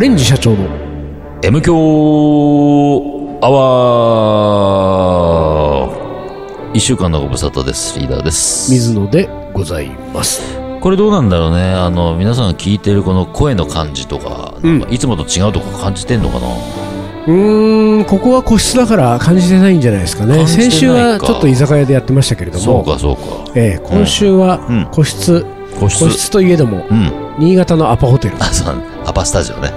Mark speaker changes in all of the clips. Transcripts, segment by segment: Speaker 1: レンジ社長の
Speaker 2: M 強アワー一週間のご無沙汰です。リーダーです。
Speaker 1: 水野でございます。
Speaker 2: これどうなんだろうね。あの、皆さんが聞いてるこの声の感じとか、なんかいつもと違うとか感じてんのかな、
Speaker 1: うーん、ここは個室だから感じてないんじゃないですかね。
Speaker 2: 感じてない
Speaker 1: 先
Speaker 2: か
Speaker 1: 週はちょっと居酒屋でやってましたけれども、
Speaker 2: そうか、そうか。
Speaker 1: ええ今週
Speaker 2: う
Speaker 1: は
Speaker 2: ん
Speaker 1: 個室、
Speaker 2: 個室。
Speaker 1: 個室といえども、
Speaker 2: うん。
Speaker 1: 新潟のアパホテル。
Speaker 2: あ、そうなんだアパスタジオね。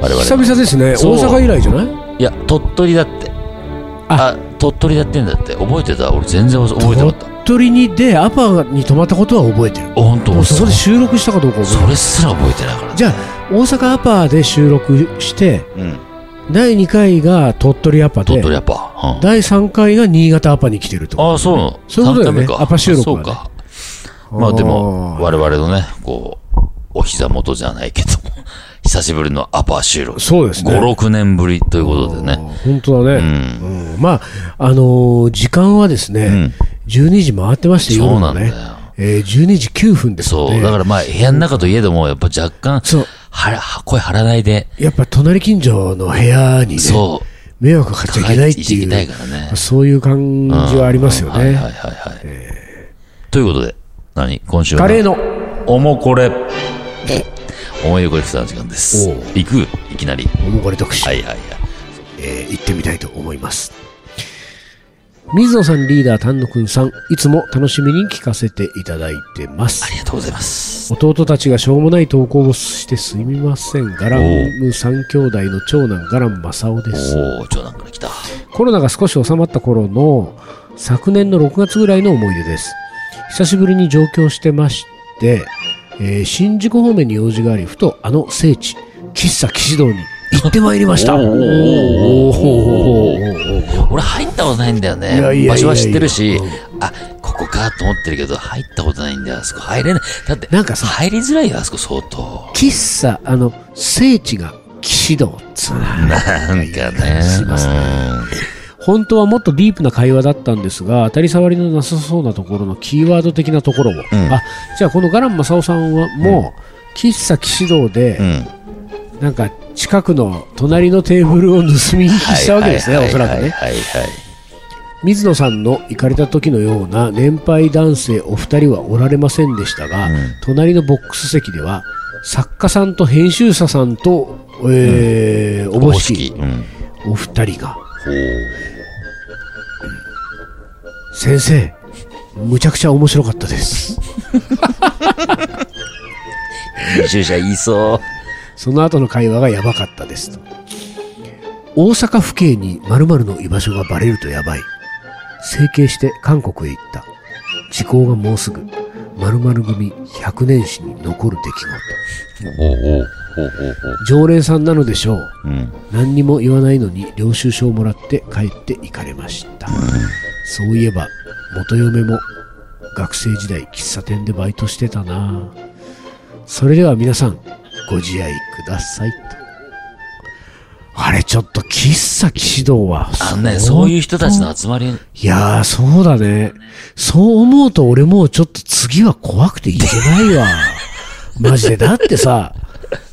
Speaker 2: 我々の。
Speaker 1: 久々ですね、大
Speaker 2: そう
Speaker 1: 阪以来じゃない
Speaker 2: いや、鳥取だって。あ鳥取だってんだって。覚えてた俺全然覚えてなかった。
Speaker 1: 鳥取にでアパに泊まったことは覚えてる。
Speaker 2: あほんと、
Speaker 1: もう
Speaker 2: 俺
Speaker 1: そこで収録したかどうか覚えて
Speaker 2: それすら覚えてないから
Speaker 1: る。。じゃあ、大阪アパで収録して、
Speaker 2: うん。
Speaker 1: 第2回が鳥取アパで
Speaker 2: 鳥、取やっぱ。うん
Speaker 1: 第3回が新潟アパに来てると。
Speaker 2: ああ、そうなの。
Speaker 1: そういうことだよね
Speaker 2: 三回目か
Speaker 1: アパ収録はね
Speaker 2: あそうか。まあでも、我々のね、こう、お膝元じゃないけども、 久しぶりのアパ収録。
Speaker 1: そうですね
Speaker 2: 5、6年ぶりということでね。
Speaker 1: 本当だ
Speaker 2: う
Speaker 1: ね、
Speaker 2: ん。
Speaker 1: うんまあ、あのー時間はですね、
Speaker 2: ん
Speaker 1: 12時回ってまして、
Speaker 2: そ
Speaker 1: 夜
Speaker 2: うな
Speaker 1: の
Speaker 2: んだ
Speaker 1: ね
Speaker 2: よ、。
Speaker 1: えー、12時9分ですの
Speaker 2: そ
Speaker 1: で、
Speaker 2: う。だからまあ、部屋の中といえども、やっぱ若干、
Speaker 1: そう
Speaker 2: はら、声張らないで、
Speaker 1: やっぱ隣近所の部屋にね、
Speaker 2: そう。
Speaker 1: 迷惑かかっちゃいけないって
Speaker 2: 行
Speaker 1: い
Speaker 2: き
Speaker 1: う、
Speaker 2: たいからね。
Speaker 1: そういう感じはありますよ
Speaker 2: はいはい
Speaker 1: ね。
Speaker 2: はいはい。ということで、何今週
Speaker 1: カレー
Speaker 2: の、
Speaker 1: の、
Speaker 2: おもこれ、 おもいでこれ負の時間です。
Speaker 1: おう
Speaker 2: 行くいきなり。
Speaker 1: おもこれ特集、
Speaker 2: はいはいはい。
Speaker 1: えー行ってみたいと思います。水野さんリーダー丹野くんさん、いつも楽しみに聞かせていただいてます
Speaker 2: あ。りがとうございます。
Speaker 1: 弟たちがしょうもない投稿をしてすみません。ガラム三兄弟の長男ガラム正雄です。
Speaker 2: おお、長男から来た。
Speaker 1: コロナが少し収まった頃の昨年の6月ぐらいの思い出です。久しぶりに上京してまして、えー新宿方面に用事があり、ふとあの聖地、喫茶騎士道に行ってまいりました。
Speaker 2: おー
Speaker 1: おーおーおー
Speaker 2: 俺入ったことないんだよ
Speaker 1: いやいやいやい
Speaker 2: ね。
Speaker 1: や
Speaker 2: 場所は知ってるし、あ、ここかと思ってるけど、入ったことないんだよ、あそこ。入れない。だって、
Speaker 1: なんかさ
Speaker 2: 入りづらいよ、あそこ相当。
Speaker 1: 喫茶、あの、聖地が騎士道っつうな。
Speaker 2: なんかね。
Speaker 1: します本当はもっとディープな会話だったんですが、当たり障りのなさそうなところのキーワード的なところを、
Speaker 2: ん
Speaker 1: あじゃあこのガラン正雄さんはもう、喫茶騎士道で、
Speaker 2: うん。うん。
Speaker 1: なんか近くの隣のテーブルを盗み聞きしたわけですね、
Speaker 2: はい
Speaker 1: おそらくね。
Speaker 2: はいはいはい。
Speaker 1: 水野さんの行かれた時のような年配男性お二人はおられませんでしたが、隣のボックス席では、作家さんと編集者さんと、えーおぼしき
Speaker 2: うん。
Speaker 1: お二人が、
Speaker 2: ほう。
Speaker 1: 先生むちゃくちゃ面白かったです
Speaker 2: 編集者言いそう。
Speaker 1: その後の会話がやばかったですと大阪府警に〇〇の居場所がバレるとやばい整形して韓国へ行った時効がもうすぐ〇〇組100年史に残る出来
Speaker 2: おおおおお
Speaker 1: 事常連さんなのでしょう
Speaker 2: うん。
Speaker 1: 何にも言わないのに領収書をもらって帰って行かれました、そういえば元嫁も学生時代喫茶店でバイトしてたなそれでは皆さんご自愛くださいとあれちょっと喫茶騎士道は
Speaker 2: あのね、そういう人たちの集まり、
Speaker 1: いやーそうだねそう思うと俺もうちょっと次は怖くていけない わマジでだってさ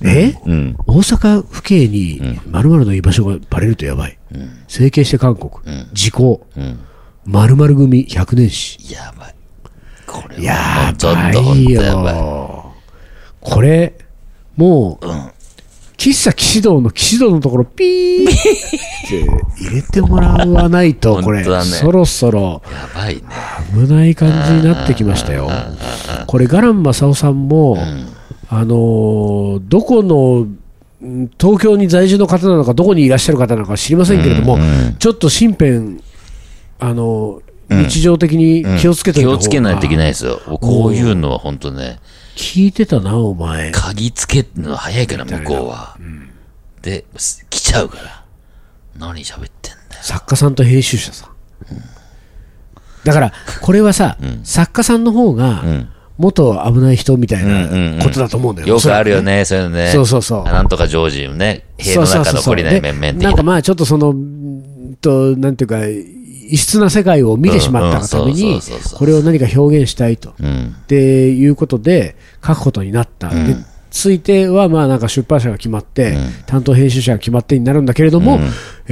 Speaker 1: え
Speaker 2: うん。
Speaker 1: 大阪府警に〇〇の居場所がバレるとやばい。整形して韓国。時効。
Speaker 2: うん。
Speaker 1: 〇〇組100年史。
Speaker 2: やばい。これ
Speaker 1: や
Speaker 2: は、ちょ
Speaker 1: ば
Speaker 2: っ
Speaker 1: い
Speaker 2: と、ほんとやばい。
Speaker 1: よ。これ、もう、喫茶騎士道の騎士道のところピーって入れてもらわないと、これ、
Speaker 2: 本当だね
Speaker 1: そろそろ
Speaker 2: やばいね。
Speaker 1: 危ない感じになってきましたよ。これ、ガラン正雄さんも、あのーどこの、うん東京に在住の方なのか、どこにいらっしゃる方なのか知りませんけれども、ちょっと身辺、あのー日常的に気をつけて
Speaker 2: 気をつけないといけないですよ。こういうのは本当ね、
Speaker 1: 聞いてたな、お前。
Speaker 2: 嗅ぎつけるの早いから、向こうは。で、す来ちゃうから。何喋ってんだよ。
Speaker 1: 作家さんと編集者さん。だから、これはさ、作家さんの方が、元危ない人みたいなことだと思うんだよ。
Speaker 2: よ
Speaker 1: おそ
Speaker 2: く
Speaker 1: ら
Speaker 2: あるよね、そういうのね。
Speaker 1: そうそうそう
Speaker 2: なんとかジョージもね、塀
Speaker 1: そう
Speaker 2: の
Speaker 1: そう
Speaker 2: 中
Speaker 1: そうそ
Speaker 2: 残
Speaker 1: う
Speaker 2: り
Speaker 1: で
Speaker 2: ない面々的
Speaker 1: なんか
Speaker 2: な。
Speaker 1: まあちょっとその、うんと、なんていうか、異質な世界を見てしまったがため
Speaker 2: うんう
Speaker 1: に
Speaker 2: んそうそうそうそ、う
Speaker 1: これを何か表現したいと。
Speaker 2: うん。
Speaker 1: っていうことで書くことになった、でついては、まあなんか出版社が決まって、
Speaker 2: うん
Speaker 1: 担当編集者が決まってになるんだけれども、
Speaker 2: うん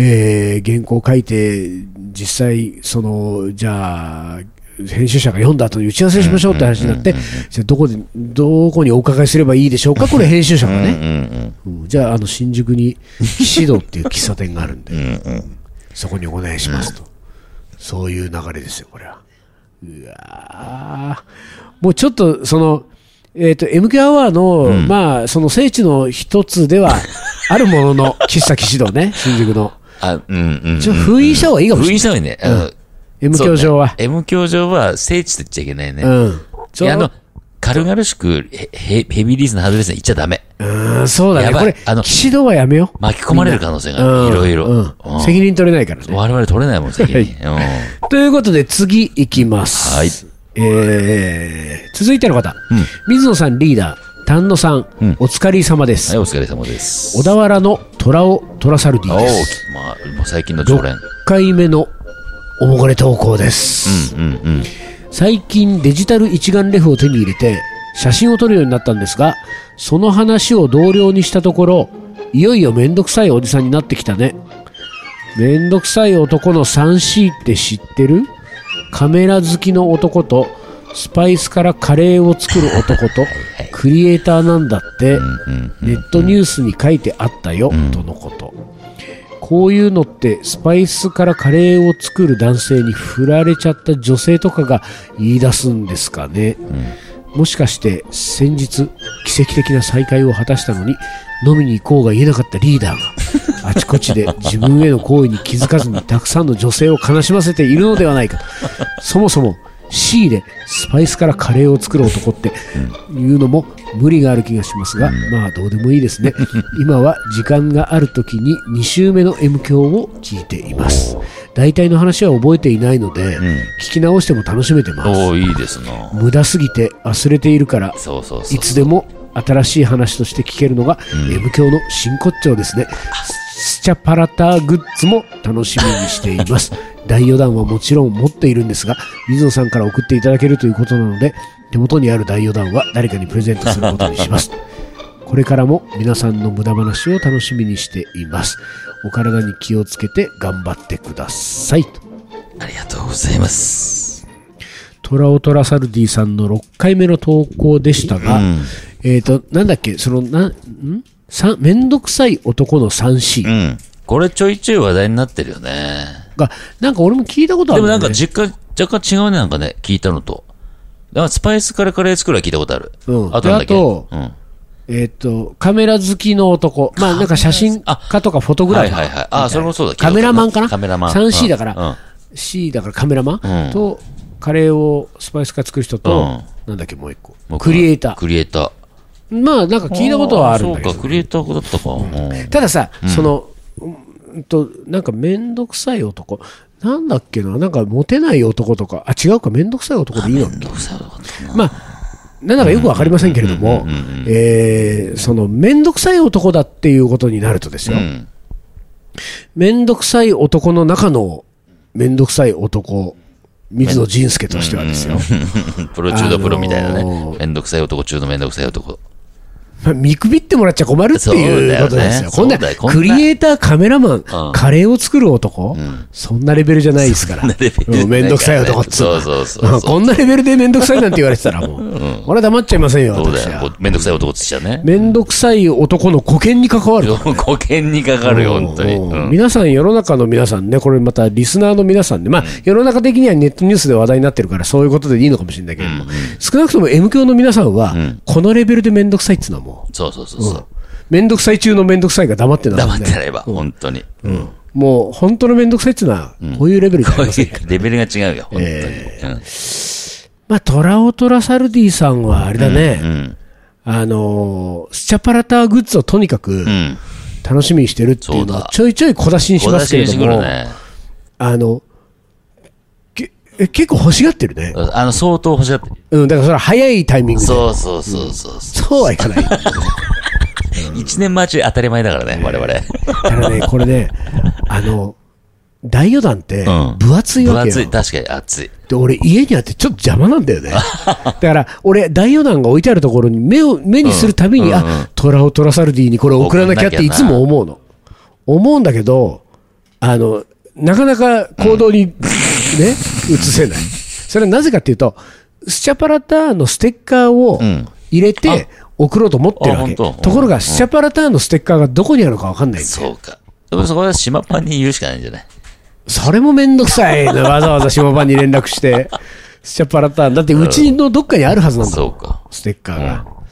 Speaker 1: えー原稿を書いて、実際、その、じゃあ、編集者が読んだ後に打ち合わせしましょうって話になって、じゃあどこで、どこにお伺いすればいいでしょうか、これ編集者が
Speaker 2: うん
Speaker 1: ね。うんじゃあ、あの、新宿に、岸堂っていう喫茶店があるんで、
Speaker 2: うんうんうんうん
Speaker 1: そこにお願いしますと。そういう流れですよ、これは。うわーもうちょっと、その、えっ、と、MK アワーの、まあ、その聖地の一つではあるものの、喫茶岸堂 ね、新宿の。
Speaker 2: あ、うんうん。
Speaker 1: ちょっと封印した方がいいかもし
Speaker 2: 封
Speaker 1: れ
Speaker 2: 印した方がいいね。あの
Speaker 1: ない。M 教授は
Speaker 2: そう。ね M 教場は聖地と言っちゃいけないね。
Speaker 1: うん。ち
Speaker 2: いや、あ
Speaker 1: ょ
Speaker 2: の、軽々しくヘヘヘビーリースのハズレースに行っちゃダメ。
Speaker 1: うん、そうだ
Speaker 2: や
Speaker 1: ね。
Speaker 2: ば
Speaker 1: こ
Speaker 2: い
Speaker 1: れ
Speaker 2: あの、
Speaker 1: 岸堂はやめよう。
Speaker 2: 巻き込まれる可能性
Speaker 1: う
Speaker 2: があ
Speaker 1: ん
Speaker 2: る。いろいろ。
Speaker 1: う
Speaker 2: うん
Speaker 1: ん責任取れないからね。
Speaker 2: 我々取れないもん、責任。うん
Speaker 1: ということで、次いきます。
Speaker 2: はい
Speaker 1: えー、続いての方、水野さんリーダー、丹野さん、お疲れ様で
Speaker 2: はい、
Speaker 1: す。
Speaker 2: お疲れ様です。
Speaker 1: 小田原の虎を虎サルディ
Speaker 2: お
Speaker 1: で
Speaker 2: ー
Speaker 1: す。
Speaker 2: きまあ、もう最近の常連。
Speaker 1: 6回目のおもがれ投稿です。
Speaker 2: うんうんうん。
Speaker 1: 最近デジタル一眼レフを手に入れて写真を撮るようになったんですがその話を同僚にしたところいよいよめんどくさいおじさんになってきたねめんどくさい男の 3C って知ってるカメラ好きの男とスパイスからカレーを作る男とクリエイターなんだってネットニュースに書いてあったよとのことこういうのってスパイスからカレーを作る男性に振られちゃった女性とかが言い出すんですかね、もしかして先日奇跡的な再会を果たしたのに飲みに行こうが言えなかったリーダーがあちこちで自分への行為に気づかずにたくさんの女性を悲しませているのではないかそもそも C でスパイスからカレーを作る男っていうのも無理がある気がしますが、まあどうでもいいですね今は時間がある時に2週目の M 響を聞いています大体の話は覚えていないので、聞き直しても楽しめてます
Speaker 2: おーいいですな。
Speaker 1: 無駄すぎて忘れているから
Speaker 2: そうそうそう。
Speaker 1: いつでも新しい話として聞けるのが M 教の真骨頂ですね、スチャパラターグッズも楽しみにしています 大余談はもちろん持っているんですが水野さんから送っていただけるということなので手元にある大余談は誰かにプレゼントすることにしますこれからも皆さんの無駄話を楽しみにしていますお体に気をつけて頑張ってくださいと
Speaker 2: ありがとうございます。
Speaker 1: トラオトラサルディさんの6回目の投稿でしたが、えっ、と、なんだっけ、その、な、んさめんどくさい男の
Speaker 2: う
Speaker 1: 3C
Speaker 2: ん。これちょいちょい話題になってるよね。
Speaker 1: が、なんか俺も聞いたことあ
Speaker 2: で
Speaker 1: る、
Speaker 2: も
Speaker 1: ね。
Speaker 2: なんか実家、若干違うね、なんかね、聞いたのと。だからスパイスからカレー作るは聞いたことある。
Speaker 1: うん
Speaker 2: あとなんだっけ
Speaker 1: であと
Speaker 2: うん。
Speaker 1: えっ、と、カメラ好きの男。まあなんか写真家とかフォトグラ
Speaker 2: は
Speaker 1: ファー。
Speaker 2: いはいはい。ああ、それもそうだ聞いた
Speaker 1: カ
Speaker 2: ことあ
Speaker 1: メ
Speaker 2: る
Speaker 1: ラマンかな
Speaker 2: カメラマン。
Speaker 1: 3C だから、
Speaker 2: うんうん
Speaker 1: C だからカメラマン、
Speaker 2: うん
Speaker 1: と、カレーをスパイスから作る人と、なんだっけもう一個。クリエイタ
Speaker 2: クリエイター。
Speaker 1: ー。まあなんか聞いたことはあるんだけど
Speaker 2: そうか、クリエイターだったか。うん
Speaker 1: たださ、その、うんと、なんかめんどくさい男。なんだっけななんかモテない男とか、あ、違うか、めんどくさい男でいいのっけまあ、なんだかよくわかりませんけれども、えーその、めんどくさい男だっていうことになるとですよ、
Speaker 2: ん
Speaker 1: めんどくさい男の中のめんどくさい男、水野仁介としてはですよ、
Speaker 2: プロ中のプロみたいな
Speaker 1: あ
Speaker 2: ね
Speaker 1: の。
Speaker 2: めんどくさい男中のめんどくさい男。
Speaker 1: まあ、見くびってもらっちゃ困るっていうことですよ。
Speaker 2: そ
Speaker 1: こ
Speaker 2: うんだよね
Speaker 1: な、
Speaker 2: そうだよこんな
Speaker 1: クリエイター、カメラマン、カレーを作る男、そんなレベルじゃないですから。
Speaker 2: レベルじゃないからね
Speaker 1: うんめんどくさい男っつのは
Speaker 2: そうそうそうそう
Speaker 1: うんこんなレベルでめんどくさいなんて言われてたらもう、俺は黙っちゃいませんよ、
Speaker 2: そう
Speaker 1: 私
Speaker 2: だよ。
Speaker 1: は
Speaker 2: こ。うめんどくさい男って言っちゃね。
Speaker 1: めんどくさい男の保険に関わる。
Speaker 2: 保険にかかるよ、本当に。
Speaker 1: うん
Speaker 2: うん
Speaker 1: 皆さん、世の中の皆さんね、これまたリスナーの皆さんね、まあ、世の中的にはネットニュースで話題になってるから、そういうことでいいのかもしれないけれども、少なくとも M 教の皆さんは、このレベルでめんどくさいっていうのはもう、
Speaker 2: そうそうそうそう。
Speaker 1: めんどくさい中のめんどくさいが黙ってな
Speaker 2: 黙
Speaker 1: か
Speaker 2: っ
Speaker 1: った
Speaker 2: て
Speaker 1: ね。
Speaker 2: れば、本当に。
Speaker 1: もう本当のめんどくさいっていうのは、こういうレベルじゃあ
Speaker 2: こ
Speaker 1: り
Speaker 2: う
Speaker 1: ません
Speaker 2: いうレベルが違うよ、本当に。うん
Speaker 1: まあ、トラオトラサルディさんはあれだね、
Speaker 2: うん。
Speaker 1: あのースチャパラターグッズをとにかく
Speaker 2: うん。
Speaker 1: 楽しみにしてるっていうの
Speaker 2: そう
Speaker 1: は
Speaker 2: だ、
Speaker 1: ちょいちょい小出しにし
Speaker 2: 小
Speaker 1: ま
Speaker 2: 出
Speaker 1: す
Speaker 2: し
Speaker 1: けれ
Speaker 2: に
Speaker 1: ど
Speaker 2: してくる
Speaker 1: も、
Speaker 2: ね。
Speaker 1: あの、けえ結構欲しがってるね。
Speaker 2: あの、相当欲しがってる。
Speaker 1: うん、だからそれは早いタイミングで。そう
Speaker 2: そうそうそうそうそう。
Speaker 1: はいかない。た
Speaker 2: 一年待ち当たり前だからね、我々。
Speaker 1: だね、これね、あの、大余談って
Speaker 2: うん
Speaker 1: 分厚い
Speaker 2: 分
Speaker 1: わけよ、
Speaker 2: 厚い。確かに熱い。
Speaker 1: で俺家にあってちょっと邪魔なんだよ ねだから俺大余談が置いてあるところに目を目にするたびに、
Speaker 2: うんうんうん
Speaker 1: あトラをトラサルディにこれ送らなきゃって
Speaker 2: 送ん
Speaker 1: い
Speaker 2: なき
Speaker 1: つ
Speaker 2: ゃな
Speaker 1: も思うの思うんだけどあのなかなか行動に、ね移せないそれはなぜかっていうとスチャパラターンのステッカーを
Speaker 2: うん
Speaker 1: 入れて送ろうと思ってるわけ、
Speaker 2: あ本当
Speaker 1: ところがスチャパラターンのステッカーがどこにあるのか分かんないんだよ
Speaker 2: そうか。でもそこは島パンに言うしかないんじゃない
Speaker 1: それもめんどくさい なわざわざ島場に連絡して、スチャパラターン。だってうちのどっかにあるはずなんだもん
Speaker 2: そうか
Speaker 1: ステッカーが。も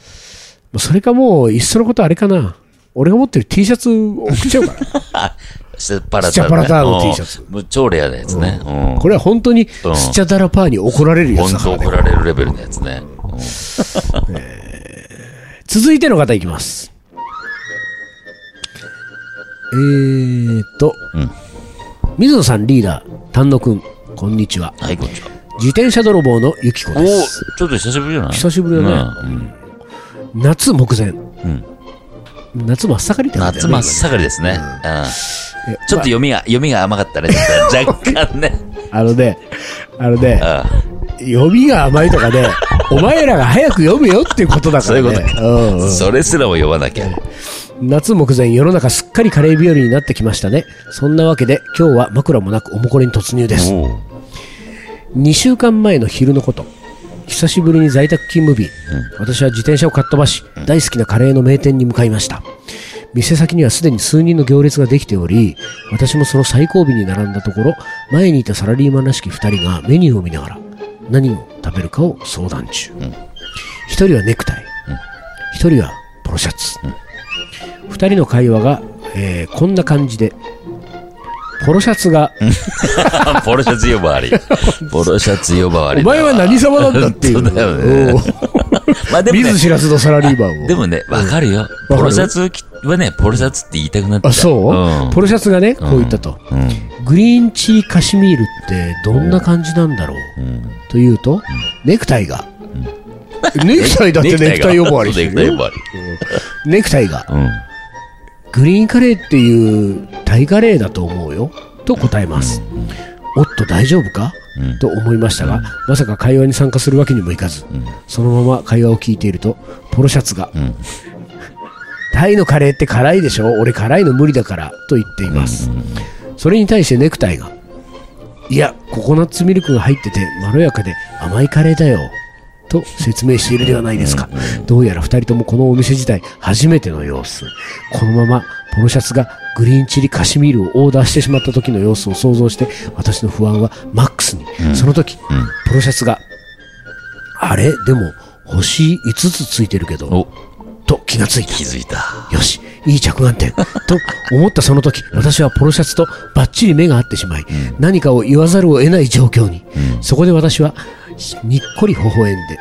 Speaker 1: うそれかもう、いっそのことあれかな。俺が持ってる T シャツ送っちゃう から。
Speaker 2: スチャパラターンね。
Speaker 1: スチャパラターンの T シャツ
Speaker 2: うん。もう超レアなやつね。うん。
Speaker 1: これは本当に、スチャダラパーに怒られるや
Speaker 2: 本
Speaker 1: つだか
Speaker 2: 当
Speaker 1: らね
Speaker 2: 怒られるレベルのやつね。うん
Speaker 1: 続いての方いきます。えーっと、
Speaker 2: うん
Speaker 1: 水野さんリーダー、丹野くん、こんにちは。
Speaker 2: はい、こんにちは。
Speaker 1: 自転車泥棒のゆきこ
Speaker 2: おお
Speaker 1: です。
Speaker 2: ちょっと久しぶりじゃない
Speaker 1: 久しぶりだね
Speaker 2: ね。
Speaker 1: 夏目前。
Speaker 2: うん
Speaker 1: 夏真っ盛りってことだよ
Speaker 2: 夏
Speaker 1: ね
Speaker 2: 真っ盛りですね。うん
Speaker 1: え
Speaker 2: ちょっと読みが、読みが甘かったね。若干ね。
Speaker 1: あのね、あのね、
Speaker 2: う
Speaker 1: 読みが甘いとかね、お前らが早く読めよっていうことだからね。
Speaker 2: そういうこと
Speaker 1: うんうん
Speaker 2: ん。それすらも読まなきゃ。
Speaker 1: 夏目前、世の中すっかりカレー日和になってきましたね。そんなわけで、今日は枕もなくおもこれに突入です。
Speaker 2: おう
Speaker 1: 2週間前の昼のこと久しぶりに在宅勤務日、私は自転車をかっ飛ばし、大好きなカレーの名店に向かいました店先にはすでに数人の行列ができており私もその最後尾に並んだところ前にいたサラリーマンらしき2人がメニューを見ながら何を食べるかを相談中、
Speaker 2: ん
Speaker 1: 一1人はネクタイ、一1人はポロシャツ、二2人の会話が、えーこんな感じでポロシャツが
Speaker 2: ポロシャツ呼ば わり。ポロシャツ呼ばわり
Speaker 1: お
Speaker 2: だわ。
Speaker 1: 前は何様なんだっていう。
Speaker 2: 本当だよね。 まあで
Speaker 1: 見
Speaker 2: もね
Speaker 1: ず、知らずのサラリーマンを。
Speaker 2: でもね、わかるよ。
Speaker 1: うん
Speaker 2: ポロシャツはね、ポロシャツって言いたくなっちゃう。
Speaker 1: あ、そう、
Speaker 2: ん
Speaker 1: ポロシャツがね、こう言ったと。
Speaker 2: うん。
Speaker 1: グリーンチーカシミールってどんな感じなんだろう、
Speaker 2: うん
Speaker 1: というと、ネクタイが。ネクタイだってネクタイ呼ばわりして
Speaker 2: ネクタ
Speaker 1: る
Speaker 2: イ呼
Speaker 1: よ
Speaker 2: ばわり。
Speaker 1: ネクタイが。
Speaker 2: うん。
Speaker 1: グリーンカレーっていうタイカレーだと思うよ。と答えます。おっと大丈夫か
Speaker 2: うん
Speaker 1: と思いましたが、まさか会話に参加するわけにもいかず、そのまま会話を聞いていると、ポロシャツが、
Speaker 2: ん
Speaker 1: タイのカレーって辛いでしょ俺辛いの無理だから、と言っています。それに対してネクタイが、いや、ココナッツミルクが入っててまろやかで甘いカレーだよ。と説明しているではないですか。どうやら二人ともこのお店自体初めての様子。このままポロシャツがグリーンチリカシミールをオーダーしてしまった時の様子を想像して私の不安はマックスに。その時、ポロシャツが、あれでも星5つついてるけ
Speaker 2: お
Speaker 1: ど、、と気がついた。
Speaker 2: 気づいた。
Speaker 1: よし、いい着眼点。と思ったその時、私はポロシャツとバッチリ目が合ってしまい、何かを言わざるを得ない状況に。そこで私は、にっこり微笑んで、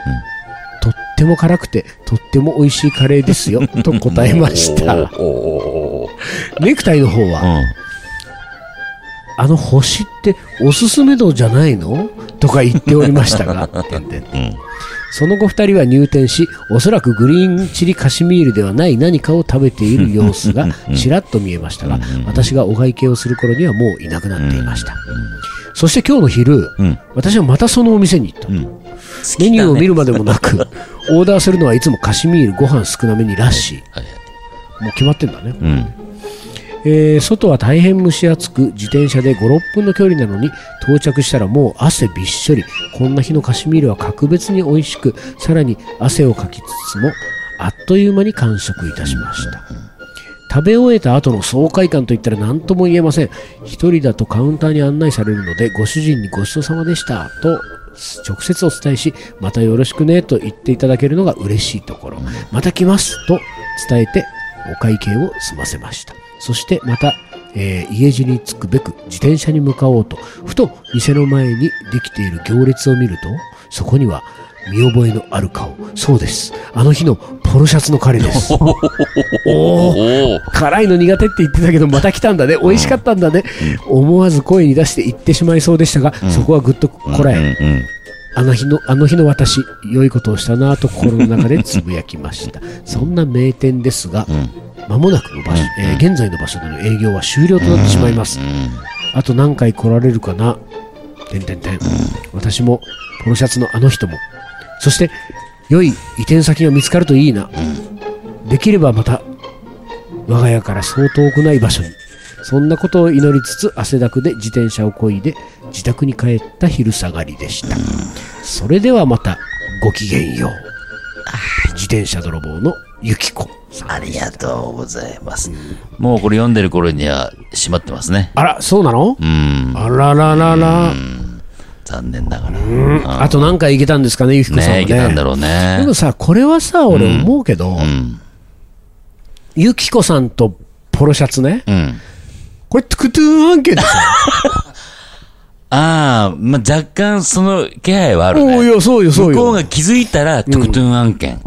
Speaker 1: とっても辛くて、とっても美味しいカレーですよ、と答えました。
Speaker 2: おおお
Speaker 1: ネクタイの方は、あの星っておすすめ度じゃないのとか言っておりましたが、てんてんその後二人は入店し、おそらくグリーンチリカシミールではない何かを食べている様子がちらっと見えましたが、私がお会計をする頃にはもういなくなっていました。そして今日の昼、
Speaker 2: うん
Speaker 1: 私はまたそのお店に行った。メニューを見るまでもなく、オーダーするのはいつもカシミールご飯少なめにラッシー。
Speaker 2: はいはい
Speaker 1: もう決まってんだね。
Speaker 2: うん。
Speaker 1: えー外は大変蒸し暑く自転車で56分の距離なのに到着したらもう汗びっしょりこんな日のカシミールは格別に美味しくさらに汗をかきつつもあっという間に完食いたしました食べ終えた後の爽快感といったら何とも言えません一人だとカウンターに案内されるのでご主人にごちそうさまでしたと直接お伝えしまたよろしくねと言っていただけるのが嬉しいところまた来ますと伝えてお会計を済ませましたそしてまた、えー家路に着くべく自転車に向かおうとふと店の前にできている行列を見るとそこには見覚えのある顔そうですあの日のポロシャツの彼ですおお
Speaker 2: おお
Speaker 1: 辛いの苦手って言ってたけどまた来たんだね美味しかったんだね、思わず声に出して言ってしまいそうでしたが、そこはぐっとこらえ、
Speaker 2: うん。
Speaker 1: あの日のあの日の私良いことをしたなぁと心の中でつぶやきましたそんな名店ですが、間もなくの場所、えー現在の場所での営業は終了となってしまいます、あと何回来られるかな。てんてんてん。私も、ポロシャツのあの人も。そして、良い移転先が見つかるといいな。できればまた、我が家からそう遠くない場所に。そんなことを祈りつつ汗だくで自転車をこいで自宅に帰った昼下がりでした。それではまた、ごきげんよう。自転車泥棒のゆきこさん。
Speaker 2: ありがとうございます。もうこれ読んでる頃には閉まってますね。
Speaker 1: あら、そうなの
Speaker 2: うん。
Speaker 1: あらららら。
Speaker 2: 残念ながら。
Speaker 1: うんあと何回行けたんですかね、ゆきこさんは
Speaker 2: ね
Speaker 1: ね。
Speaker 2: え、いけたんだろうね
Speaker 1: で。もさ、これはさ、俺思うけど、
Speaker 2: うん。
Speaker 1: ゆきこさんとポロシャツね、
Speaker 2: うん。
Speaker 1: これ、トゥクトゥーン案件でし
Speaker 2: ああ、まあ、若干その気配はあ
Speaker 1: ょ。
Speaker 2: る
Speaker 1: おう
Speaker 2: ね。
Speaker 1: よ、そうよ、そう
Speaker 2: 向こう
Speaker 1: よ。
Speaker 2: が
Speaker 1: い
Speaker 2: 気づいたら、特訓案件。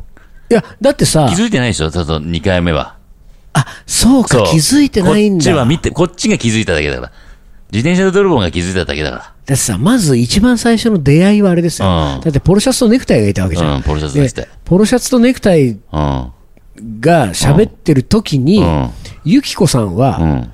Speaker 1: や、だってさ
Speaker 2: 気、づいてないでしょちょっと2回目は。
Speaker 1: あ、そう
Speaker 2: そ
Speaker 1: か、
Speaker 2: う。
Speaker 1: 気づいてないん
Speaker 2: こっちは
Speaker 1: だ。
Speaker 2: 見て、こっちが気づいただけだから。自転車泥棒が気づいただけだか
Speaker 1: だってさ、まず一番最初の出会いはあれですよ。
Speaker 2: うん
Speaker 1: だって、ポロシャツとネクタイがいたわけじゃ。
Speaker 2: ら。うんん、ポロシャツ出して
Speaker 1: で。ポロシャツとネクタイ
Speaker 2: うん。
Speaker 1: が喋ってる時に
Speaker 2: うん、
Speaker 1: ゆきこさんは、
Speaker 2: うん。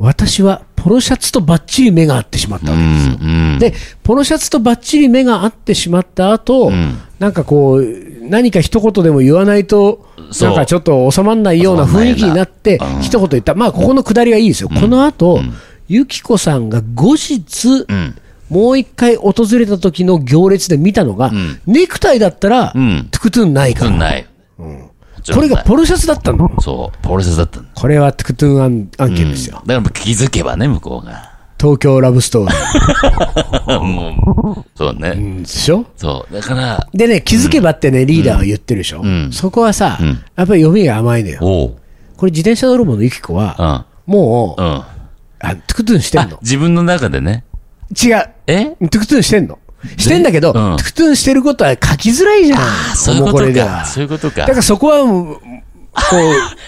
Speaker 1: 私はポロシャツとばっちり目が合ってしまったわけですよ。
Speaker 2: うん。
Speaker 1: で、ポロシャツとばっちり目が合ってしまった後、
Speaker 2: ん
Speaker 1: なんかこう、何か一言でも言わないと、
Speaker 2: そう
Speaker 1: なんかちょっと収まらないような
Speaker 2: 収まんない
Speaker 1: 雰囲
Speaker 2: よう
Speaker 1: 気
Speaker 2: な
Speaker 1: になって
Speaker 2: う、ん
Speaker 1: 一言言った、まあ、ここの下りはいいですよ、この後、ゆきこさんが後日、
Speaker 2: うん。
Speaker 1: もう一回訪れた時の行列で見たのが、
Speaker 2: ん
Speaker 1: ネクタイだったら、
Speaker 2: うん
Speaker 1: トゥクトゥンないか
Speaker 2: う
Speaker 1: ら、
Speaker 2: ん、ない。
Speaker 1: これが
Speaker 2: ポ
Speaker 1: ポロシャツだったの、
Speaker 2: そう、ポロシャツだったんだ。
Speaker 1: これはトゥクトゥン案案件です
Speaker 2: だ
Speaker 1: よ、
Speaker 2: からもう気づけばね、向こうが。
Speaker 1: 東京ラブストーリー
Speaker 2: もう、そうね。
Speaker 1: でしょ。
Speaker 2: そう。だから、
Speaker 1: でね、気づけばってね、リーダーは言ってるでしょ、
Speaker 2: ん
Speaker 1: そこはさ、
Speaker 2: ん
Speaker 1: やっぱり読みが甘いのよ。
Speaker 2: おう。
Speaker 1: これ自転車泥棒のユキコは、
Speaker 2: うん。
Speaker 1: もう、
Speaker 2: う
Speaker 1: あ
Speaker 2: ん。
Speaker 1: トゥクトゥンしてんの。
Speaker 2: 自分の中でね。
Speaker 1: 違う。
Speaker 2: え
Speaker 1: トゥクトゥンしてんの。してんだけど、
Speaker 2: でうん
Speaker 1: トゥクトゥンしてることは書きづらいじゃん。
Speaker 2: あそういうこ
Speaker 1: もこれ
Speaker 2: と
Speaker 1: で
Speaker 2: か。
Speaker 1: は
Speaker 2: そういうことか
Speaker 1: だか。らそこはもう、こ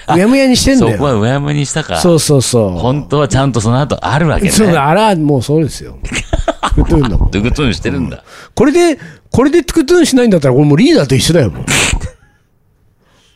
Speaker 1: う、うやむやにしてん
Speaker 2: そ
Speaker 1: だ
Speaker 2: こ
Speaker 1: よ。
Speaker 2: はうやむにしたか。
Speaker 1: そうそうそ
Speaker 2: 本当はちゃんとその後あるわけ
Speaker 1: う。
Speaker 2: ね。
Speaker 1: そうだ、あら、もうそうです よ。トゥクトゥンだもん。
Speaker 2: ドゥクトゥンしてるんだ。
Speaker 1: これで、これでトゥクトゥンしないんだったら、これもうリーダーと一緒だ よ、もう。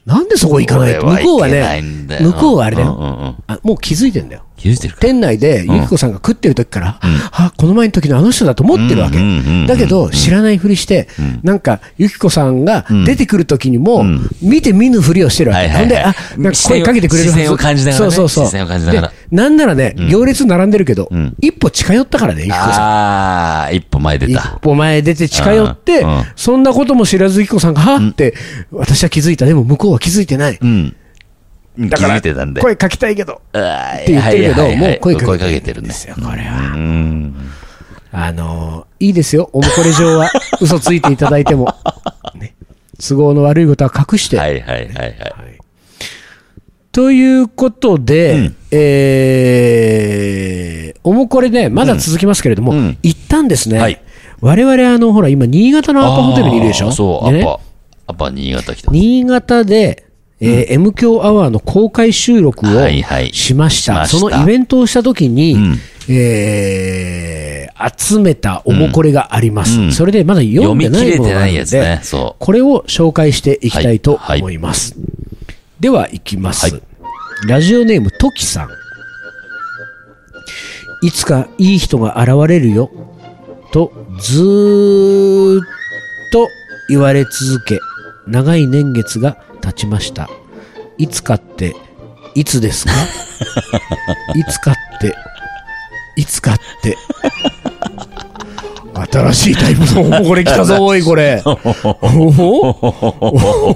Speaker 1: なんでそこ行かないと
Speaker 2: これ
Speaker 1: 向
Speaker 2: は
Speaker 1: こうはい
Speaker 2: けないんだ
Speaker 1: ね、
Speaker 2: よ
Speaker 1: 向こうはあれだよ、
Speaker 2: うんうんうん
Speaker 1: あ。もう気づいてんだよ。
Speaker 2: 気づいてるか。
Speaker 1: 店内で、ゆきこさんが食ってる時から、あ、この前の時のあの人だと思ってるわけ
Speaker 2: うんうんうんう。ん
Speaker 1: だけど、知らないふりして、なんか、ゆきこさんが出てくる時にも、見て見ぬふりをしてるわ
Speaker 2: は
Speaker 1: け。
Speaker 2: いはい
Speaker 1: ほんで、
Speaker 2: はい
Speaker 1: あ、なんか声かけてくれるはず
Speaker 2: 視線を感じながらね
Speaker 1: そうそうそう。
Speaker 2: 視線を感じながら
Speaker 1: でなんならね、行列並んでるけど、一歩近寄ったからね、ゆきこさん。
Speaker 2: ああ、一歩前出
Speaker 1: 一
Speaker 2: た。
Speaker 1: 歩前出て近寄って、
Speaker 2: うんうん
Speaker 1: そんなことも知らずゆきこさんが、はって、私は気づいた。でも向こうは気づいてない。
Speaker 2: うん。気
Speaker 1: だか
Speaker 2: づ
Speaker 1: ら、
Speaker 2: いてたんで。
Speaker 1: 声かけたいけど。
Speaker 2: あー
Speaker 1: って言ってるけど、
Speaker 2: はいはいはい
Speaker 1: もう声かけ
Speaker 2: 声て
Speaker 1: る
Speaker 2: る
Speaker 1: んで
Speaker 2: んですす
Speaker 1: よ
Speaker 2: よ。、
Speaker 1: これは。
Speaker 2: うん。
Speaker 1: あのーいいですよ。おもこれ上は嘘ついていただいて も。ね。都合の悪いことは隠して。
Speaker 2: はいはいはいはい。
Speaker 1: ということで、えー、おもこれね、まだ続きますけれども、
Speaker 2: うん
Speaker 1: 行ったんですね。
Speaker 2: はい
Speaker 1: 我々、あの、ほら、今、新潟のアパホテルにいるでし
Speaker 2: あ
Speaker 1: ょ
Speaker 2: ーそう、ア
Speaker 1: でね
Speaker 2: パ、アパ新潟来た。
Speaker 1: 新潟で、えー M 強アワーの公開収録を
Speaker 2: はいはい
Speaker 1: しました。
Speaker 2: しました
Speaker 1: そのイベントをした時に、
Speaker 2: ん
Speaker 1: えー集めたおもこれがあります。
Speaker 2: うん
Speaker 1: それでまだ読んでないものがある
Speaker 2: 読み切れてない
Speaker 1: の
Speaker 2: やつ
Speaker 1: で、
Speaker 2: ねそう
Speaker 1: これを紹介していきたいと
Speaker 2: はい
Speaker 1: 思います。では、いきます。
Speaker 2: はい
Speaker 1: ラジオネーム、トキさん。いつかいい人が現れるよ、とずーっと言われ続け、長い年月が経ちました。いつかって、いつ ですかいつかって、いつかって。新しいタイプの、これ来たぞ、 おい、これ。おおおお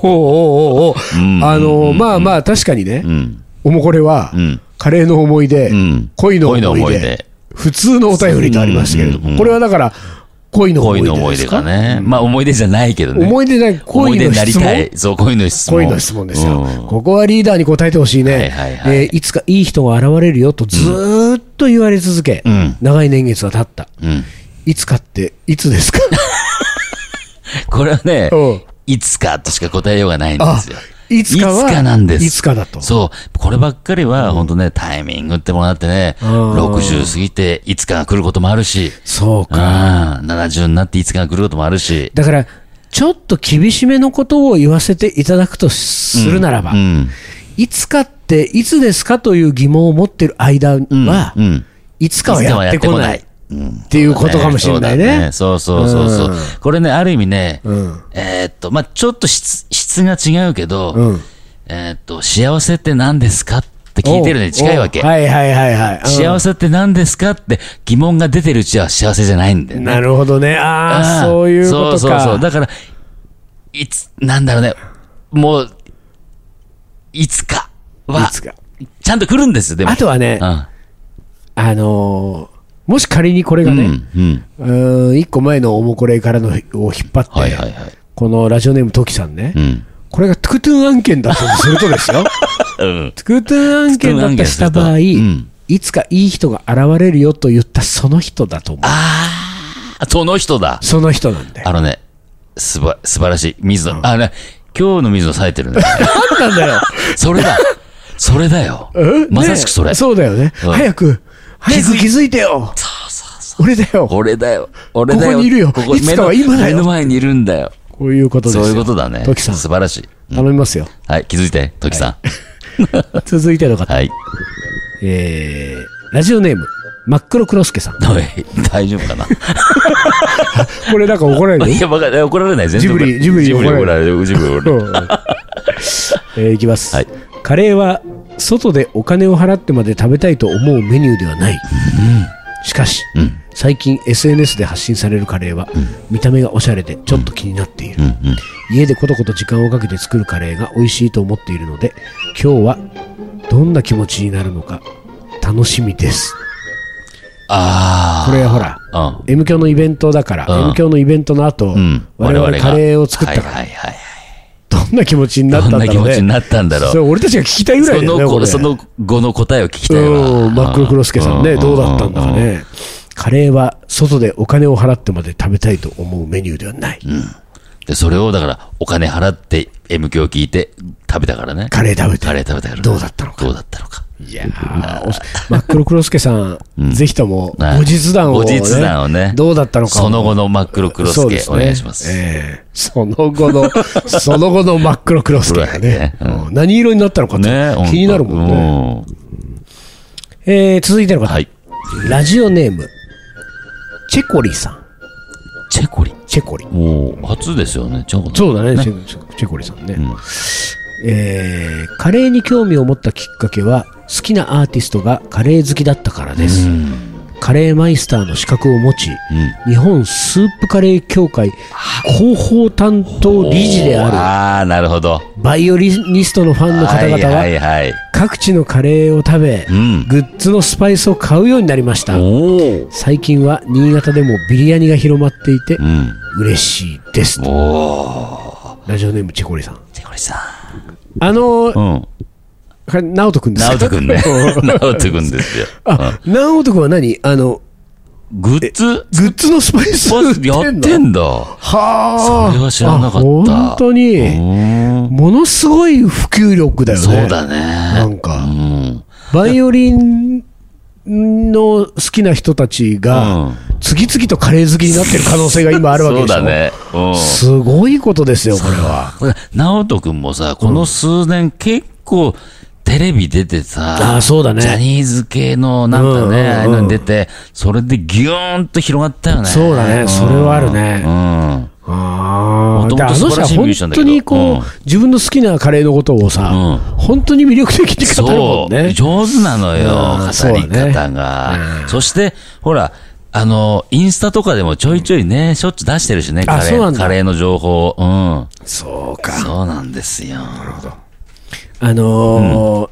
Speaker 1: おおあの、まあまあ、確かにね
Speaker 2: う、ん。
Speaker 1: おもこれは
Speaker 2: うん、
Speaker 1: カレーの思い出
Speaker 2: うん、
Speaker 1: 恋の
Speaker 2: 恋の
Speaker 1: 思
Speaker 2: 思
Speaker 1: い
Speaker 2: い
Speaker 1: 出
Speaker 2: 出、
Speaker 1: 普通のお便りとありましたけれど
Speaker 2: うんうんう
Speaker 1: も、
Speaker 2: ん
Speaker 1: これはだから、恋の思い
Speaker 2: 恋
Speaker 1: 出
Speaker 2: の思い
Speaker 1: で
Speaker 2: 出
Speaker 1: すか
Speaker 2: が。ね。まあ思い出じゃないけどね。
Speaker 1: 思い出じゃない、
Speaker 2: 思い
Speaker 1: 恋
Speaker 2: 出
Speaker 1: の
Speaker 2: になり
Speaker 1: 質
Speaker 2: た
Speaker 1: 問
Speaker 2: い。そう、恋の質問。
Speaker 1: 恋の質問ですよ、
Speaker 2: うん
Speaker 1: ここはリーダーに答えてほしいね、
Speaker 2: はいはいはい
Speaker 1: えーいつかいい人が現れるよとずーっと言われ続け、
Speaker 2: うん
Speaker 1: 長い年月が経った、
Speaker 2: うん。
Speaker 1: いつかって、いつです か、
Speaker 2: これはね
Speaker 1: うん、
Speaker 2: いつかとしか答えようがないんで
Speaker 1: あ
Speaker 2: すよ。
Speaker 1: いつかは、
Speaker 2: いつかなんです。
Speaker 1: いつかだと、
Speaker 2: そう。こればっかりは、本当ね、タイミングってもらってね、
Speaker 1: ん
Speaker 2: 60過ぎていつかが来ることもあるし、
Speaker 1: そう
Speaker 2: うん、
Speaker 1: か、
Speaker 2: 70になっていつかが来ることもあるし、
Speaker 1: だから、ちょっと厳しめのことを言わせていただくとするならば、
Speaker 2: うん。
Speaker 1: いつかって、いつですかという疑問を持ってる間は、
Speaker 2: うん。うん。
Speaker 1: いつかはやってこない。
Speaker 2: うん
Speaker 1: っていうことかもしれないね。
Speaker 2: そうそうそうそう。
Speaker 1: うん
Speaker 2: これね、ある意味ね、
Speaker 1: うん
Speaker 2: えーっと、まあ、ちょっと質、質が違うけど、
Speaker 1: うん
Speaker 2: えーっと、幸せって何ですかって聞いてるのに近いわけ。
Speaker 1: おうおうはいはいはいはい。
Speaker 2: 幸
Speaker 1: せ。
Speaker 2: せって何ですかって疑問が出てるうちは幸せじゃないんだよね。
Speaker 1: なるほどね。ああ、
Speaker 2: ん
Speaker 1: そういうことか。、
Speaker 2: そうそうそう。だから、いつ、なんだろうね。もう、いつかはい
Speaker 1: つか
Speaker 2: ちゃんと来るんですよ、でも。
Speaker 1: あとはね
Speaker 2: う、
Speaker 1: あのー、もし仮にこれが
Speaker 2: ん。う
Speaker 1: ね、
Speaker 2: ん。うん。
Speaker 1: うーん、一個前のおもこれからのを引っ張って、
Speaker 2: はいはいはい。
Speaker 1: このラジオネームトキさんね、
Speaker 2: うん。
Speaker 1: これがトゥクトゥン案件だとするとですよ、
Speaker 2: うん。
Speaker 1: トゥクトゥン案件だったした場合、
Speaker 2: うん
Speaker 1: いつかいい人が現れるよと言ったその人だと思う。
Speaker 2: あその人だ。
Speaker 1: その人なんだよ。
Speaker 2: あのね、すば、素晴らしい。水野、あね、今日の水野冴えてるね。
Speaker 1: なんだよ。
Speaker 2: それだ。それだよ
Speaker 1: え。
Speaker 2: まさしくそれ。
Speaker 1: ねそうだよね。
Speaker 2: うん
Speaker 1: 早く、早く気づいてよ。俺だよ。
Speaker 2: 俺だよ。俺だよ。
Speaker 1: ここにいるよ
Speaker 2: ここ
Speaker 1: いつかは
Speaker 2: 目の
Speaker 1: 今だよ
Speaker 2: 目の前にいるんだよ。
Speaker 1: こういうことです
Speaker 2: そ
Speaker 1: よ。
Speaker 2: ういうことだね。
Speaker 1: トキさん、
Speaker 2: 素晴らしい。
Speaker 1: 頼みます よ。
Speaker 2: はい、気づいて、トキさ
Speaker 1: 続いての
Speaker 2: ん。
Speaker 1: 方。
Speaker 2: はい。
Speaker 1: えー、ラジオネーム、真っ黒黒助さん。
Speaker 2: おい大丈夫かな
Speaker 1: これなんか怒られる
Speaker 2: いや、わかんない怒られない、全然。
Speaker 1: ジブリジブリ
Speaker 2: ジブリ
Speaker 1: 怒
Speaker 2: 怒
Speaker 1: ら
Speaker 2: られる。ジブリ怒られる。
Speaker 1: えー、いきます、
Speaker 2: はい
Speaker 1: カレーは外でお金を払ってまで食べたいと思うメニューではない、しかし、
Speaker 2: うん
Speaker 1: 最近 SNS で発信されるカレーは、見た目がおしゃれでちょっと気になっている、
Speaker 2: うんうん。
Speaker 1: 家でコトコト時間をかけて作るカレーが美味しいと思っているので今日はどんな気持ちになるのか楽しみです
Speaker 2: あ
Speaker 1: これほら
Speaker 2: ー。うん。
Speaker 1: M 教のイベントだから、
Speaker 2: うん
Speaker 1: M 教のイベントの後、
Speaker 2: うん、
Speaker 1: 我々カレーを作ったから、
Speaker 2: はいはいはいはい。
Speaker 1: どんな気持ちになったんだろうね
Speaker 2: どんな気持ちになったんだろう
Speaker 1: それ俺たちが聞きたいぐらい
Speaker 2: そ
Speaker 1: だよね
Speaker 2: の
Speaker 1: これ
Speaker 2: 子、その後の答えを聞きたい
Speaker 1: うん
Speaker 2: わ。
Speaker 1: 真っ黒黒助さんね、
Speaker 2: うん
Speaker 1: どうだったんだか。ね。カレーは外でお金を払ってまで食べたいと思うメニューではない。
Speaker 2: で、それをだから、お金払って、M 響聞いて、食べたからね。
Speaker 1: カレー食べて。
Speaker 2: カレー食べたから。
Speaker 1: どうだったのか
Speaker 2: どうだったのか。
Speaker 1: いやーお真っ黒黒助さん、ぜひとも
Speaker 2: はい
Speaker 1: 後日談を、
Speaker 2: 後日談をね。
Speaker 1: どうだったのか
Speaker 2: その後の真っ黒黒
Speaker 1: そうで
Speaker 2: 助、
Speaker 1: す
Speaker 2: お
Speaker 1: ね
Speaker 2: 願いします。
Speaker 1: ええその後 の、その後の真っ黒黒助がね、
Speaker 2: 黒いね
Speaker 1: うん何色になったのかって
Speaker 2: ね
Speaker 1: 気になるもんね。
Speaker 2: ね。
Speaker 1: えー続いての
Speaker 2: うん
Speaker 1: 方、
Speaker 2: はい。
Speaker 1: ラジオネーム、チェコリさん。
Speaker 2: チェコリ。
Speaker 1: チェコリ。
Speaker 2: もう、初ですよね、チェコリ。
Speaker 1: そうだね、チェチェコリさんね、
Speaker 2: ん
Speaker 1: えーカレーに興味を持ったきっかけは好きなアーティストがカレー好きだったからです、カレーマイスターの資格を持ち、日本スープカレー協会広報担当理事である
Speaker 2: ああー、なるほど。
Speaker 1: バイオリニストのファンの方々
Speaker 2: は
Speaker 1: はい
Speaker 2: はいはい。
Speaker 1: 各地のカレーを食べ、
Speaker 2: ん
Speaker 1: グッズのスパイスを買うようになりました
Speaker 2: おお。
Speaker 1: 最近は新潟でもビリヤニが広まっていて
Speaker 2: うん。
Speaker 1: 嬉しいです
Speaker 2: おお。
Speaker 1: ラジオネームチェコリさん
Speaker 2: チェコリさ
Speaker 1: あのー
Speaker 2: ん。うん。
Speaker 1: これ、直人くんです
Speaker 2: 直
Speaker 1: か
Speaker 2: 人く んね。直人くんですよ。
Speaker 1: あ、直人くんは何あの、
Speaker 2: グッズ
Speaker 1: グッズのスパイス
Speaker 2: ポ
Speaker 1: 売っ
Speaker 2: ー
Speaker 1: て
Speaker 2: ズ
Speaker 1: んの
Speaker 2: やってんだ。
Speaker 1: はあ。
Speaker 2: それは知らなかった
Speaker 1: あ本当
Speaker 2: う
Speaker 1: に、
Speaker 2: ーん。
Speaker 1: ものすごい普及力だよね。
Speaker 2: そうだ
Speaker 1: な
Speaker 2: ね。
Speaker 1: んか
Speaker 2: う、ん。
Speaker 1: バイオリンの好きな人たち
Speaker 2: う
Speaker 1: が
Speaker 2: ん、
Speaker 1: 次々とカレー好きになってる可能性が今あるわけで
Speaker 2: そう
Speaker 1: しょ。
Speaker 2: だ。ね。うん。
Speaker 1: すごいことですよ、これは。
Speaker 2: これ、直人くんもさ、この数年結構テレビ出てさ、
Speaker 1: あーそうだね
Speaker 2: ジャニーズ系のなんか
Speaker 1: うんうんうん
Speaker 2: ね、ああいうのに出て、それでギューンと広がったよね。
Speaker 1: そうだね
Speaker 2: ん
Speaker 1: それはあるね
Speaker 2: うん。
Speaker 1: ああ、
Speaker 2: もと
Speaker 1: で
Speaker 2: も
Speaker 1: あ
Speaker 2: と
Speaker 1: の
Speaker 2: 素晴
Speaker 1: 人は
Speaker 2: らしいミュージシャン
Speaker 1: 本
Speaker 2: だ
Speaker 1: 当
Speaker 2: けど
Speaker 1: にこう、
Speaker 2: うん
Speaker 1: 自分の好きなカレーのことをさ、
Speaker 2: うん
Speaker 1: 本当に魅力的に語るもんね。
Speaker 2: そう、上手なのよ、
Speaker 1: うんそう
Speaker 2: 語
Speaker 1: だ
Speaker 2: り
Speaker 1: ね
Speaker 2: 方が。そして、ほら、あの、インスタとかでもちょいちょいね、しょっちゅう出してるしね、
Speaker 1: あ
Speaker 2: カレ
Speaker 1: そうなん
Speaker 2: ー、
Speaker 1: だ
Speaker 2: カレーの情報を。うん。
Speaker 1: そうか。
Speaker 2: そうなんですよ。
Speaker 1: あの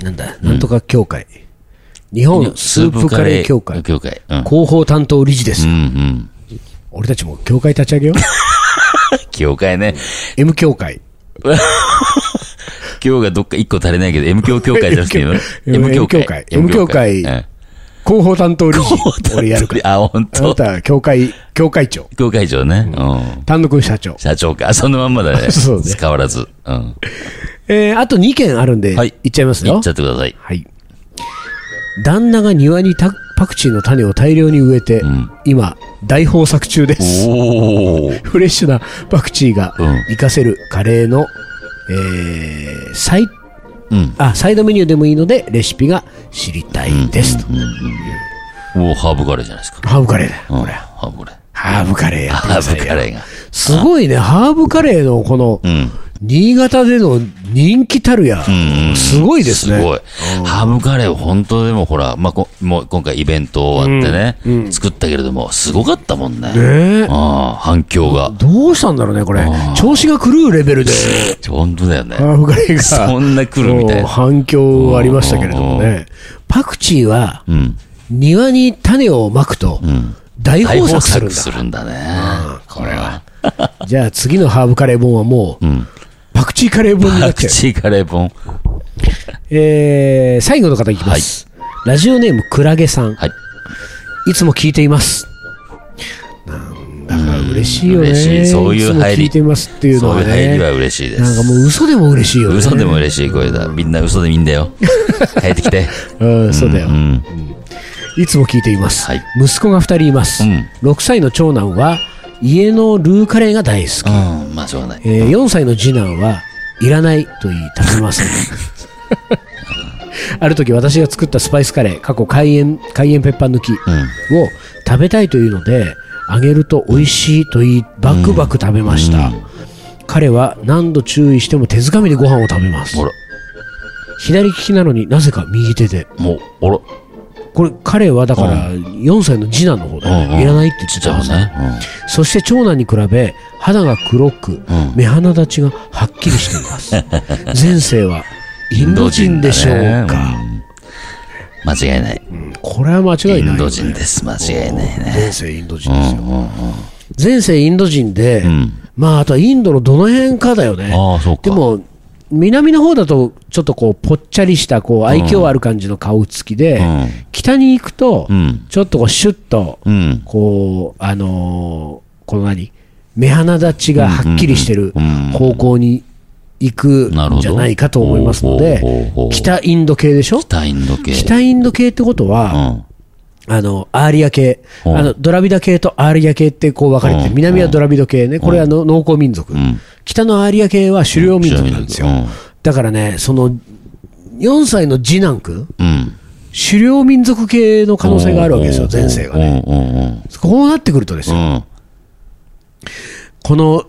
Speaker 1: ーなんだ、なんとか協会。日本スープカレー協会。
Speaker 2: 協会。うん。
Speaker 1: 広報担当理事で
Speaker 2: う
Speaker 1: す。
Speaker 2: んうん。
Speaker 1: 俺たちも協会立ち上げよう。
Speaker 2: 協会ね。
Speaker 1: M 協会。
Speaker 2: 今日がどっか一個足りないけど、M 教協会じゃなくていいの
Speaker 1: M 教
Speaker 2: M 教
Speaker 1: 協会 M 教会
Speaker 2: うん
Speaker 1: 広報担当理事。俺やるから。
Speaker 2: あ、本
Speaker 1: あな
Speaker 2: 当。
Speaker 1: たは協会、協会長。
Speaker 2: 協会長ね。うん。
Speaker 1: 丹野くん社長。
Speaker 2: 社長か。そのまんまだ ね。
Speaker 1: そうね
Speaker 2: 変わらず。うん。
Speaker 1: えー、あと2件あるんで、
Speaker 2: はいい、
Speaker 1: っちゃいますよ。
Speaker 2: 行っちゃってください。
Speaker 1: はい。旦那が庭にたパクチーの種を大量に植えて、
Speaker 2: ん
Speaker 1: 今、大豊作中です。
Speaker 2: おー。
Speaker 1: フレッシュなパクチーが
Speaker 2: うん
Speaker 1: 活かせるカレーの、えー、最
Speaker 2: うん。
Speaker 1: あ、サイドメニューでもいいので、レシピが知りたいですと。
Speaker 2: おハーブカレーじゃないですか。
Speaker 1: ハーブカレーだよ、
Speaker 2: うん、
Speaker 1: これ。
Speaker 2: ハーブカレー。
Speaker 1: ハーブカレーやってく
Speaker 2: ハ
Speaker 1: ださ
Speaker 2: ー
Speaker 1: い
Speaker 2: ブ
Speaker 1: よ
Speaker 2: カレーが。
Speaker 1: すごいね、ハーブカレーのこの、
Speaker 2: うん。
Speaker 1: 新潟での人気たるや、すごいですね。
Speaker 2: すごい。ハーブカレー、本当でもほら、まあ、こもう今回イベント終わってね、作ったけれども、すごかったもんね。
Speaker 1: ねえ
Speaker 2: ああ、反響が。
Speaker 1: どうしたんだろうね、これ。調子が狂うレ ベルで、
Speaker 2: 本当だよね。
Speaker 1: ハーブカレーが。
Speaker 2: そんな来るみたい
Speaker 1: もう
Speaker 2: な。
Speaker 1: 反響はありましたけれどもね。パクチーは、
Speaker 2: うん。
Speaker 1: 庭に種をまくと、大
Speaker 2: 大
Speaker 1: 豊
Speaker 2: 豊
Speaker 1: 作するん
Speaker 2: 作
Speaker 1: だ。
Speaker 2: するんだね。これは。
Speaker 1: じゃあ次のハーブカレー本はもう、パクチーカレー本になっ
Speaker 2: パ
Speaker 1: ちゃ
Speaker 2: ク
Speaker 1: う。
Speaker 2: チーカレー本。
Speaker 1: えー、最後の方いきます。ラジオネームクラゲさん。
Speaker 2: はい。
Speaker 1: いつも聞いています。なんだか嬉しいよね。
Speaker 2: 嬉しい。そうい
Speaker 1: つ
Speaker 2: う入り。
Speaker 1: も聞いてますっていうのはね。
Speaker 2: そういう入りは嬉しいで
Speaker 1: なん
Speaker 2: す。
Speaker 1: かもう嘘でも嬉しいよね。
Speaker 2: 嘘でも嬉しい声だ。みんな嘘でもいいん だよ。帰ってきて。
Speaker 1: うん、そうだよ。
Speaker 2: うん。
Speaker 1: いつも聞いています。
Speaker 2: はい
Speaker 1: 息子が2人います、
Speaker 2: うん
Speaker 1: 6歳の長男は家のルーカレーが大好き。
Speaker 2: うん。まあ、しょうがない。
Speaker 1: えー4歳の次男はいらないと言い食べませ んある時私が作ったスパイスカレー過去海塩海塩ペッパー抜きを
Speaker 2: うん。
Speaker 1: 食べたいというので揚げると美味しいと言いバクバク食べました、彼は何度注意しても手づかみでご飯を食べます
Speaker 2: ほら。
Speaker 1: 左利きなのになぜか右手で
Speaker 2: もう、おろ。
Speaker 1: これ彼はだから4歳の次男の方だよね、
Speaker 2: うんうん
Speaker 1: いらないって言っ
Speaker 2: ち
Speaker 1: て
Speaker 2: っち
Speaker 1: たは
Speaker 2: ゃいも
Speaker 1: ず
Speaker 2: ん
Speaker 1: だ
Speaker 2: ね。
Speaker 1: そして長男に比べ肌が黒く、
Speaker 2: ん
Speaker 1: 目鼻立ちがはっきりしています 前世はインド人でしょうか、
Speaker 2: うん。間違いない。
Speaker 1: これは間違
Speaker 2: イ
Speaker 1: いないよね、
Speaker 2: ンド人です。間違いないね。
Speaker 1: 前世インド人ですよ、前世インド人で、
Speaker 2: うん。
Speaker 1: まああとはインドのどの辺かだよね
Speaker 2: ああ、そうか。
Speaker 1: で、も南の方だとちょっとこうぽっちゃりしたこう愛嬌ある感じの顔つきで、
Speaker 2: うん。
Speaker 1: 北に行くと、
Speaker 2: うん。
Speaker 1: ちょっとこうシュッと
Speaker 2: うん。
Speaker 1: こう、あのーこの何、目鼻立ちがはっきりしてる
Speaker 2: うんうんうん
Speaker 1: 方向に行く
Speaker 2: なるほ
Speaker 1: ん
Speaker 2: ど
Speaker 1: じゃないかと思いますので
Speaker 2: ほうほうほう、
Speaker 1: 北インド系でしょ
Speaker 2: 北インド系。
Speaker 1: 北インド系ってこと
Speaker 2: う
Speaker 1: は、
Speaker 2: ん。
Speaker 1: あの、アーリア系、あ
Speaker 2: ほう
Speaker 1: の、ドラビダ系とアーリア系ってこう分かれて
Speaker 2: う
Speaker 1: て、
Speaker 2: ん
Speaker 1: 南はドラビド系ね、これはの農耕民族
Speaker 2: ん。
Speaker 1: 北のアーリア系は狩猟民族なんですよ
Speaker 2: うん。
Speaker 1: だからね、その、4歳の次男くん、
Speaker 2: うん。
Speaker 1: 狩猟民族系の可能性があるわけですよ、前世がね。
Speaker 2: ね。うんうんうん。
Speaker 1: こうなってくるとですよ
Speaker 2: うん。
Speaker 1: この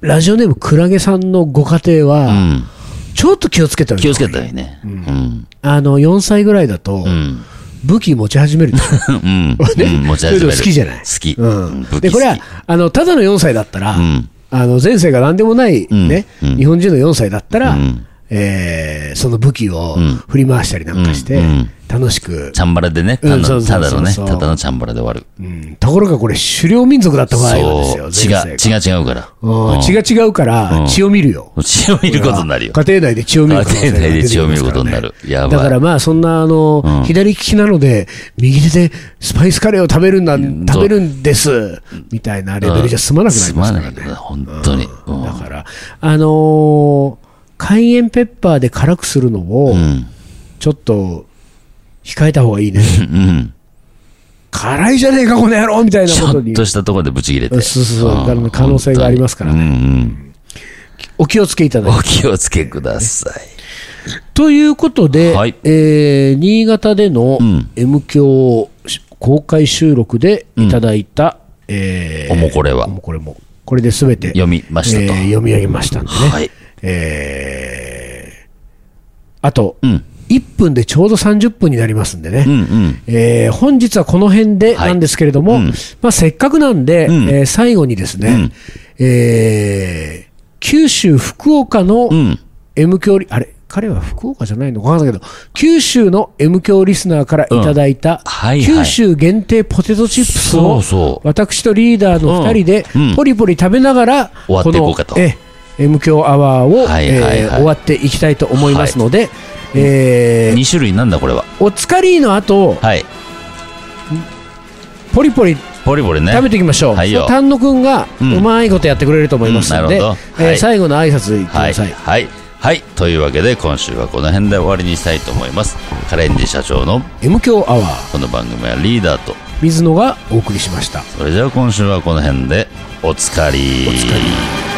Speaker 1: ラジオネームクラゲさんのご家庭
Speaker 2: う
Speaker 1: は、
Speaker 2: ん。
Speaker 1: ちょっと気をつけたらいい
Speaker 2: 気をつけたらいいね。うん。
Speaker 1: あの、4歳ぐらいだと
Speaker 2: う、ん。
Speaker 1: 武器持ち始めるでしょ
Speaker 2: うん。うん持
Speaker 1: それ
Speaker 2: ち始
Speaker 1: で
Speaker 2: め
Speaker 1: も
Speaker 2: る。
Speaker 1: 好きじゃない
Speaker 2: 好き。
Speaker 1: うん
Speaker 2: 武器
Speaker 1: で、これは
Speaker 2: 好き、
Speaker 1: あの、ただの4歳だったら
Speaker 2: ん、
Speaker 1: あの、前世が何でもない、
Speaker 2: ん
Speaker 1: ね、
Speaker 2: うん
Speaker 1: 日本人の4歳だったら
Speaker 2: ん、
Speaker 1: えーその武器を
Speaker 2: ん
Speaker 1: 振り回したりなんかして
Speaker 2: うんうん、
Speaker 1: 楽しく
Speaker 2: チ。ャンバラでね、
Speaker 1: うん
Speaker 2: ただ
Speaker 1: そう
Speaker 2: の
Speaker 1: そ
Speaker 2: た
Speaker 1: うそう
Speaker 2: だ
Speaker 1: そ
Speaker 2: の
Speaker 1: う
Speaker 2: ね、ただのチャンバラで終わる。
Speaker 1: うんところがこれ、狩猟民族だった場合は
Speaker 2: そう、
Speaker 1: です
Speaker 2: 血
Speaker 1: よ、
Speaker 2: が、
Speaker 1: 前
Speaker 2: 血
Speaker 1: 世が。
Speaker 2: が違うから。
Speaker 1: うん血が違うから、血を見るよ。
Speaker 2: 血を見ることになるよ。
Speaker 1: 家庭内で血を見る可能
Speaker 2: 家
Speaker 1: 性が
Speaker 2: 庭
Speaker 1: 出
Speaker 2: 内
Speaker 1: て
Speaker 2: で
Speaker 1: き
Speaker 2: 血を見
Speaker 1: ます
Speaker 2: る
Speaker 1: か
Speaker 2: こ
Speaker 1: ら
Speaker 2: と
Speaker 1: ね
Speaker 2: になる。やばい。
Speaker 1: だからまあそんなあの、
Speaker 2: うん
Speaker 1: 左利きなので右手でスパイスカレーを食べるんだ、食べるんですみたいなレベルじゃ済まなくなりますから
Speaker 2: 済ま
Speaker 1: ね
Speaker 2: ない。本当に。うん
Speaker 1: だからあのー、海塩ペッパーで辛くするのを
Speaker 2: うん。
Speaker 1: ちょっと控えた方がいいね、
Speaker 2: うん。
Speaker 1: 辛いじゃねえかこの野郎みたいな
Speaker 2: ち
Speaker 1: こと
Speaker 2: ょ
Speaker 1: に
Speaker 2: っとしたところでブチ切れて。
Speaker 1: そうそうそうんだから可能性がありますからね
Speaker 2: 本当にうん
Speaker 1: お気をつけいた
Speaker 2: う
Speaker 1: だいて
Speaker 2: んお気をつけください。
Speaker 1: ということで、
Speaker 2: はい
Speaker 1: えー新潟での
Speaker 2: うん
Speaker 1: M 響公開収録でいただいた、 えー
Speaker 2: おもこれは
Speaker 1: おもこれも、これで全て
Speaker 2: 読みましたと
Speaker 1: えー読み上げましたんでね、
Speaker 2: はい
Speaker 1: えーあと、
Speaker 2: うん。
Speaker 1: 1分でちょうど30分になりますんでね。
Speaker 2: うんうん。
Speaker 1: えー本日はこの辺で
Speaker 2: はい
Speaker 1: なんですけれども、
Speaker 2: うん
Speaker 1: まあ、せっかくなんで、
Speaker 2: ん
Speaker 1: えー最後にですね、えー九州福岡の
Speaker 2: ん
Speaker 1: M 教リ、あれ彼は福岡じゃないのかわかんないけど、九州の M 教リスナーからいただいた、
Speaker 2: はいはい
Speaker 1: 九州限定ポテトチップスを、
Speaker 2: そうそう
Speaker 1: 私とリーダーの2人で
Speaker 2: うんうん
Speaker 1: ポリポリ食べながら、
Speaker 2: 終わっていこうかと
Speaker 1: このえ M 教アワーを、
Speaker 2: はいはいはい
Speaker 1: えー終わっていきたいと思いますので、えー
Speaker 2: 2種類なんだこれは。
Speaker 1: おつかりの後、
Speaker 2: はい。
Speaker 1: ポリポリ
Speaker 2: ポリポリね。
Speaker 1: 食べていきましょう、
Speaker 2: はいよ
Speaker 1: 丹野くんが
Speaker 2: うん
Speaker 1: うまいことやってくれると思いますので、
Speaker 2: うんなるほど
Speaker 1: えー
Speaker 2: はい
Speaker 1: 最後の挨拶いってく
Speaker 2: はい。
Speaker 1: ださい、
Speaker 2: はい。はい。というわけで今週はこの辺で終わりにしたいと思います。カレンジ社長の
Speaker 1: M 強アワー
Speaker 2: この番組はリーダーと。
Speaker 1: 水野がお送りしました
Speaker 2: それじゃあ今週はこの辺でおつかり。おつかり。